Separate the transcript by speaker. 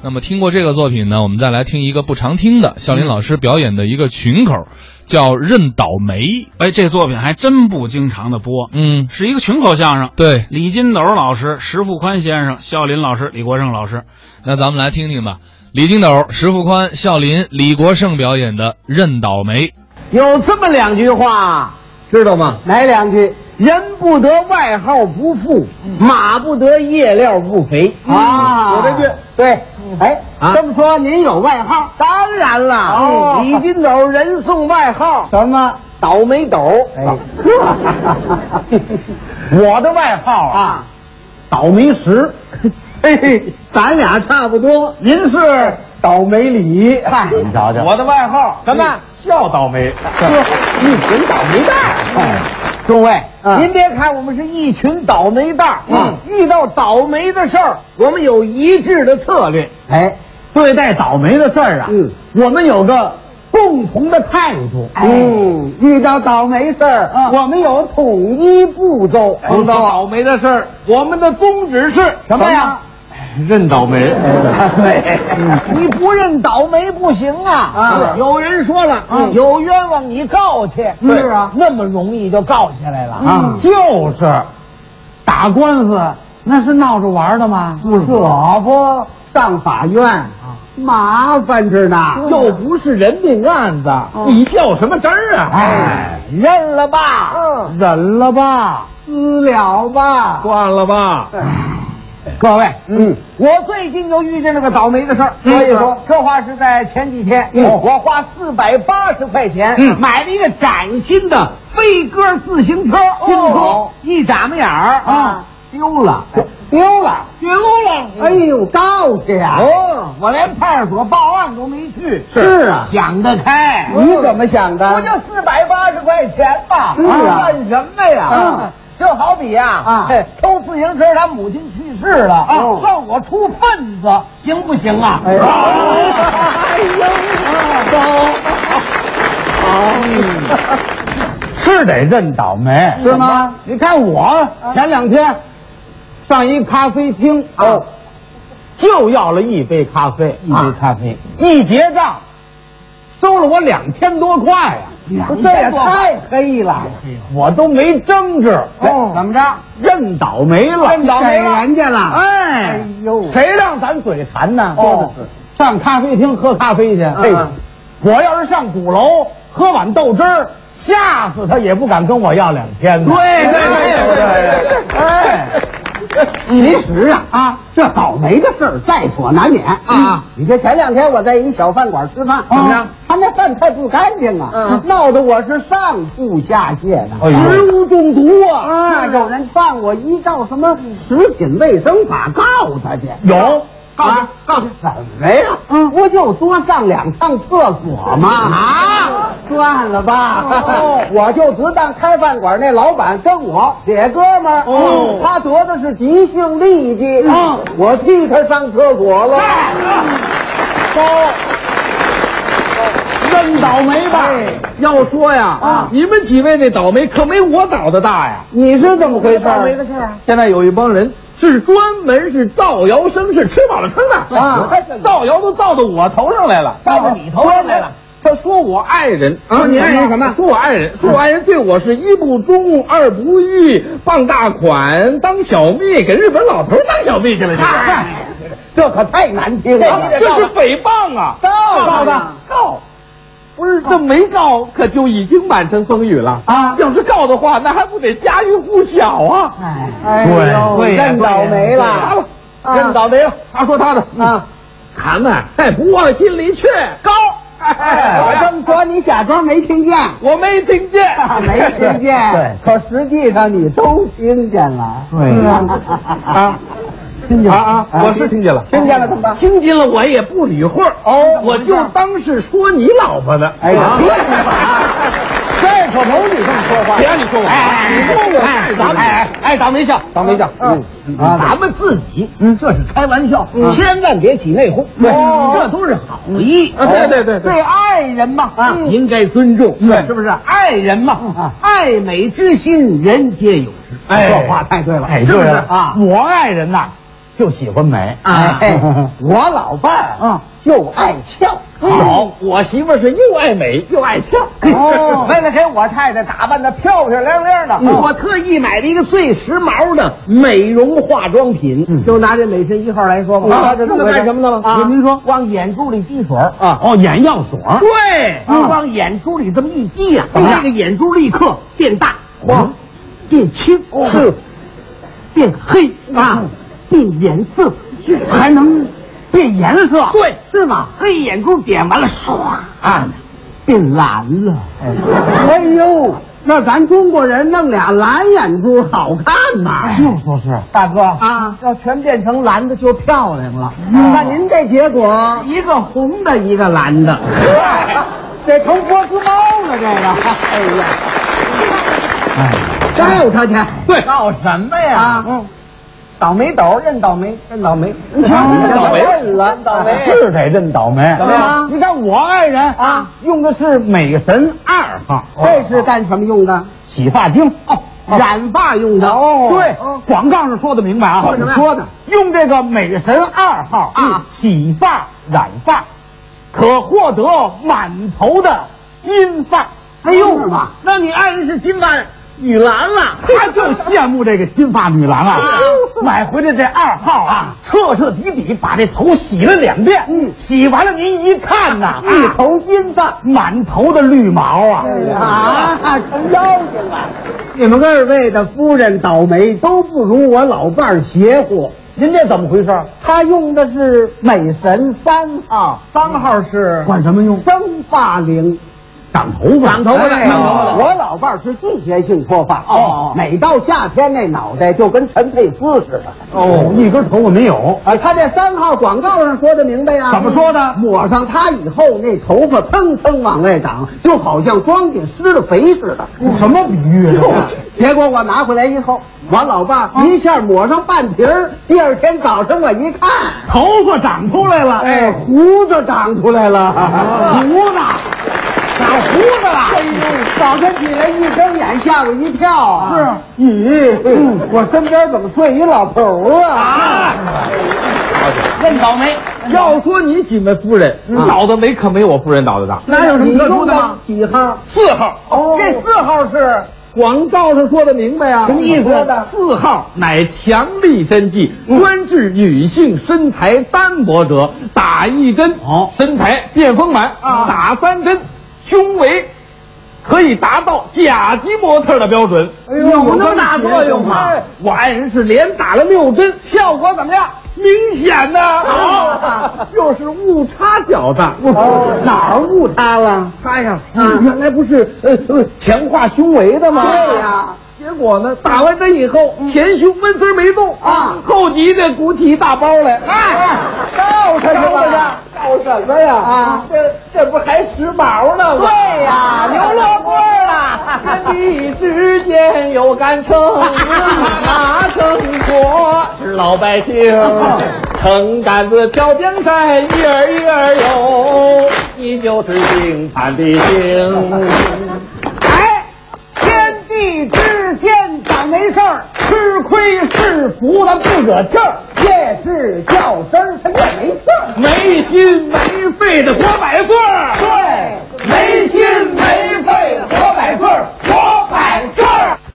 Speaker 1: 那么听过这个作品呢，我们再来听一个不常听的笑林老师表演的一个群口，叫《认倒霉》。
Speaker 2: 哎，这作品还真不经常的播，
Speaker 1: 嗯，
Speaker 2: 是一个群口相声。
Speaker 1: 对，
Speaker 2: 李金斗老师、石富宽先生、笑林老师、李国盛老师，
Speaker 1: 那咱们来听听吧。李金斗、石富宽、笑林、李国盛表演的《认倒霉》。
Speaker 3: 有这么两句话，
Speaker 4: 知道吗？
Speaker 3: 哪两句？人不得外号不富，
Speaker 4: 嗯
Speaker 3: 马不得夜料不肥
Speaker 4: 啊
Speaker 3: 有这句对。哎，
Speaker 4: 啊
Speaker 3: 这么说您有外号？当然了，
Speaker 4: 哦
Speaker 3: 李金斗人送外号什么？倒霉斗。
Speaker 4: 哎
Speaker 3: 啊
Speaker 4: 我的外号
Speaker 3: 啊，
Speaker 4: 倒霉 石。
Speaker 3: 嘿嘿，咱俩差不多。
Speaker 4: 您是倒霉李，
Speaker 3: 嗨你
Speaker 4: 瞧瞧，我的外号
Speaker 3: 什么
Speaker 4: 笑倒霉。
Speaker 3: 呵，一群倒霉蛋儿。
Speaker 4: 哎
Speaker 3: 诸位，
Speaker 4: 嗯
Speaker 3: 您别看我们是一群倒霉蛋儿，啊
Speaker 4: 嗯
Speaker 3: 遇到倒霉的事儿，我们有一致的策略。
Speaker 4: 哎，对待倒霉的事儿啊，
Speaker 3: 嗯，
Speaker 4: 我们有个共同的态度。
Speaker 3: 嗯，遇到倒霉事儿，
Speaker 4: 嗯
Speaker 3: 我们有统一步骤。
Speaker 4: 碰到倒
Speaker 3: 霉的事儿，我们的宗旨是什么呀？
Speaker 4: 认倒霉，
Speaker 3: 哎 你不认倒霉不行啊！
Speaker 4: 啊
Speaker 3: 有人说了，
Speaker 4: 嗯
Speaker 3: 有冤枉你告去，
Speaker 4: 对是啊
Speaker 3: 那么容易就告起来了
Speaker 4: 啊，就是
Speaker 3: 打官司那是闹着玩的吗？
Speaker 4: 不是
Speaker 3: 这不上法院，
Speaker 4: 嗯
Speaker 3: 麻烦着呢，又不是人命案子，
Speaker 4: 你较什么真儿啊？
Speaker 3: 哎，，认了吧，
Speaker 4: 嗯
Speaker 3: 忍了吧，私了吧，
Speaker 4: 算了吧。
Speaker 3: 各位，
Speaker 4: 嗯，
Speaker 3: 我最近就遇见了个倒霉的事儿，所以说这话是在前几天，
Speaker 4: 嗯
Speaker 3: 我花四百八十块钱、
Speaker 4: 嗯
Speaker 3: 买了一个崭新的飞鸽自行车，新车、一眨巴眼儿
Speaker 4: 啊，
Speaker 3: 丢了，丢了，丢了！哎呦，告去呀！哦，我连派出所报案都没去。
Speaker 4: 是啊嗯
Speaker 3: 想得开，
Speaker 4: 你怎么
Speaker 3: 想
Speaker 4: 的
Speaker 3: 不就四百八十块钱吗？
Speaker 4: 是啊
Speaker 3: 算什么呀？
Speaker 4: 啊
Speaker 3: 就好比呀、
Speaker 4: 啊
Speaker 3: 嘿偷自行车，他母亲去世了，
Speaker 4: 哦
Speaker 3: 算我出份子，行不行啊？
Speaker 4: 哎呀
Speaker 3: 哎呦，
Speaker 4: 是得认倒霉，
Speaker 3: 哎是吗？啊
Speaker 4: 你看我前两天上一咖啡厅啊
Speaker 3: 哦，啊
Speaker 4: 就要了一杯咖啡，一
Speaker 3: 杯
Speaker 4: 咖啡，一结账，收了我两千多块啊呀、
Speaker 3: 这也太黑了，
Speaker 4: 我都没争执，
Speaker 3: 哦怎么着？
Speaker 4: 认倒霉了，
Speaker 3: 认倒霉了
Speaker 4: 给人家了，哎，
Speaker 3: 哎呦
Speaker 4: 谁让咱嘴馋呢？
Speaker 3: 哦
Speaker 4: 说的是上咖啡厅喝咖啡去，
Speaker 3: 嗯
Speaker 4: 嘿，我要是上鼓楼喝碗豆汁儿，吓死他也不敢跟我要两千呢。
Speaker 3: 对对
Speaker 4: 对
Speaker 3: 对对对对
Speaker 4: 哎。
Speaker 3: 其实啊啊，这倒霉的事儿在所难免啊。你这前两天我在一小饭馆吃饭，
Speaker 4: 怎么着
Speaker 3: 他那饭菜不干净啊，闹得我是上吐下泻的，
Speaker 4: 嗯哎呦
Speaker 3: 食物中毒啊！啊，
Speaker 4: 是
Speaker 3: 有人犯我依照什么食品卫生法告他去，
Speaker 4: 有啊
Speaker 3: 告他告他什么呀？嗯，不就多上两趟厕所吗？
Speaker 4: 啊，
Speaker 3: 算了吧，
Speaker 4: 哦
Speaker 3: 我就只当开饭馆那老板跟我铁哥们儿，
Speaker 4: 哦
Speaker 3: 他得的是急性痢疾，
Speaker 4: 嗯哎
Speaker 3: 我替他上厕所了。
Speaker 4: 认倒霉吧！
Speaker 3: 哎
Speaker 4: 要说呀，
Speaker 3: 啊
Speaker 4: 你们几位这倒霉可没我倒的大呀！
Speaker 3: 你是怎么回事？
Speaker 4: 倒霉
Speaker 3: 的事啊？
Speaker 4: 现在有一帮人是专门是造谣生事，吃饱了撑的
Speaker 3: 啊
Speaker 4: 哎造谣都造到我头上来了，
Speaker 3: 造到你头上来了。
Speaker 4: 他说我爱人
Speaker 3: 啊你爱人什么啊
Speaker 4: 说我爱人，说我爱人对我是一不忠，二不义，傍大款，当小蜜，给日本老头当小蜜去了，这
Speaker 3: 嗨
Speaker 4: 是。
Speaker 3: 哎这可太难听了，
Speaker 4: 这是诽谤啊！
Speaker 3: 告
Speaker 4: 的
Speaker 3: 的
Speaker 4: 告，不是这没告，可就已经满城风雨了
Speaker 3: 啊
Speaker 4: 要是告的话，那还不得家喻户晓啊！
Speaker 3: 哎呦
Speaker 4: 对对呀
Speaker 3: 认倒霉了
Speaker 4: 对呀
Speaker 3: 啊
Speaker 4: 认倒霉了。他说他的嗯
Speaker 3: 啊，
Speaker 4: 咱们哎不往心里去，告。哎，
Speaker 3: 我这么说，你假装没听见。，
Speaker 4: 我没听见
Speaker 3: 没听见，
Speaker 4: 对，
Speaker 3: 可实际上你都听见了，
Speaker 4: 对
Speaker 3: 啊
Speaker 4: 啊，
Speaker 3: 听见了
Speaker 4: 啊啊我是听见了
Speaker 3: 听见了怎么办？
Speaker 4: 听见了我也不理会儿
Speaker 3: 哦
Speaker 4: 我就当是说你老婆的。
Speaker 3: 哎呀
Speaker 4: 啊
Speaker 3: 这 这可不许这么说话
Speaker 4: 谁让你说我？你说我
Speaker 3: 哎
Speaker 4: 干啥？
Speaker 3: 哎哎，倒霉笑，倒霉笑，嗯啊，咱们自己，嗯，这是开玩笑，千万别起内讧，对这都是好意，
Speaker 4: 啊对对对对
Speaker 3: 对爱人嘛，啊，应该尊重，对，是不是？爱人嘛，爱美之心，人皆有之，
Speaker 4: 哎
Speaker 3: 这话太对了，
Speaker 4: 哎
Speaker 3: 是不是
Speaker 4: 对了
Speaker 3: 啊？
Speaker 4: 我爱人呐，
Speaker 3: 就喜欢美
Speaker 4: 啊
Speaker 3: 哎，我老伴儿啊就爱俏，
Speaker 4: 好，我媳妇儿是又爱美又爱俏。
Speaker 3: 哦， 嗯为了给我太太打扮的漂漂亮亮的，我特意买了一个最时髦的美容化妆品。就拿这美身一号来说吧，
Speaker 4: 啊
Speaker 3: 嗯啊这
Speaker 4: 这是干什么的吗
Speaker 3: 啊，
Speaker 4: 您您说
Speaker 3: 往眼珠里滴水儿
Speaker 4: 啊，哦，眼药水儿
Speaker 3: 对，
Speaker 4: 啊
Speaker 3: 往眼珠里这么一滴呀，
Speaker 4: 怎么样
Speaker 3: 这个眼珠立刻变大，啊
Speaker 4: 嚯
Speaker 3: 嗯哦变青，是变黑啊，变颜色，还能变颜色，
Speaker 4: 对，
Speaker 3: 是吗？黑眼珠点完了，唰啊，变蓝了。哎呦，那咱中国人弄俩蓝眼珠好看吗？就说哎是大哥啊，要全变成蓝的就漂亮了。那您这结果，一个红的，一个蓝 的，这成波斯猫了，这个。哎呀，哎，告他去，
Speaker 4: 对
Speaker 3: 告什么呀？啊，嗯。倒霉斗，认倒霉，认倒霉。你
Speaker 4: 瞧认倒霉
Speaker 3: 认了，倒霉
Speaker 4: 是得认倒霉。
Speaker 3: 怎么样
Speaker 4: 你看我爱人
Speaker 3: 啊，
Speaker 4: 用的是美神二号
Speaker 3: 这是干什么用的？
Speaker 4: 洗发精哦
Speaker 3: 染发用的哦
Speaker 4: 对
Speaker 3: 哦，
Speaker 4: 广告上说的明白啊，
Speaker 3: 说什么呀
Speaker 4: 说的用这个美神二号
Speaker 3: 啊
Speaker 4: 洗发染发，可获得满头的金发。
Speaker 3: 哎呦妈！
Speaker 4: 那你爱人是金发女郎了？他就羡慕这个金发女郎啊！买回来这二号啊，彻彻底底把这头洗了两遍。嗯，洗完了您一看呐，
Speaker 3: 一头金发
Speaker 4: 满头的绿毛啊！
Speaker 3: 啊，成妖精了！哎你们二位的夫人倒霉都不如我老伴儿邪乎。
Speaker 4: 您这怎么回事？
Speaker 3: 他用的是美神三号，三号是
Speaker 4: 管什么用？
Speaker 3: 生发灵，
Speaker 4: 长头发，
Speaker 3: 长头发的。
Speaker 4: 哎长头发的
Speaker 3: 我老伴儿是季节性脱发，
Speaker 4: 哦
Speaker 3: 每到夏天那脑袋就跟陈佩斯似的。
Speaker 4: 哦，一根头发没有。
Speaker 3: 啊，他这三号广告上说的明白呀、啊
Speaker 4: 怎么说的
Speaker 3: 抹上它以后，那头发蹭蹭往外长，就好像庄稼施了肥似的。
Speaker 4: 什么比喻啊？
Speaker 3: 结果我拿回来以后，我老伴
Speaker 4: 哦
Speaker 3: 儿一下抹上半瓶儿，第二天早上我一看，
Speaker 4: 头发长出来了，
Speaker 3: 哎，胡子长出来了，
Speaker 4: 胡子长胡子
Speaker 3: 哎
Speaker 4: 了。
Speaker 3: 呦，早晨起来一睁眼，吓我一跳啊！是，咦，我身边怎么睡一老头儿啊？
Speaker 4: 认倒霉！要说你几位夫人脑子没可没我夫人脑子大。
Speaker 3: 那有什么特殊的吗？几号？
Speaker 4: 四号，
Speaker 3: 哦，这四号是
Speaker 4: 广告上说的明白啊，
Speaker 3: 什么意思嗯
Speaker 4: 四号乃强力针剂，专治女性身材单薄者，打一针，哦，身材变丰满；
Speaker 3: 啊
Speaker 4: 打三针，胸围可以达到甲级模特的标准。
Speaker 3: 哎呦有那么大作用吗
Speaker 4: 哎我爱人是连打了六针，效果怎么样？明显呐、
Speaker 3: 好
Speaker 4: 就是误差较大。
Speaker 3: 啊哦，哪儿误差了？
Speaker 4: 他呀，
Speaker 3: 啊
Speaker 4: 原来不是呃呃强化胸围的吗？
Speaker 3: 对呀
Speaker 4: 结果呢，打完针以后，前胸纹丝儿没动
Speaker 3: 嗯啊
Speaker 4: 后脊这鼓起一大包来。
Speaker 3: 哎，告他去吧。
Speaker 4: 照什么呀？
Speaker 3: 啊
Speaker 4: 这这不还时髦呢吗？
Speaker 3: 对呀
Speaker 4: 牛
Speaker 3: 刘罗锅
Speaker 4: 了。天地之间有杆秤，哪秤砣是老百姓。 撑杆子挑江山，一儿一儿有，你就是姓潘的姓。
Speaker 3: 哎，天地之间咋没事儿，
Speaker 4: 吃亏是福，他不惹气儿，
Speaker 3: 越是较真儿，他越没事儿。
Speaker 4: 没心没肺的活百岁儿。
Speaker 3: 对
Speaker 4: 没心没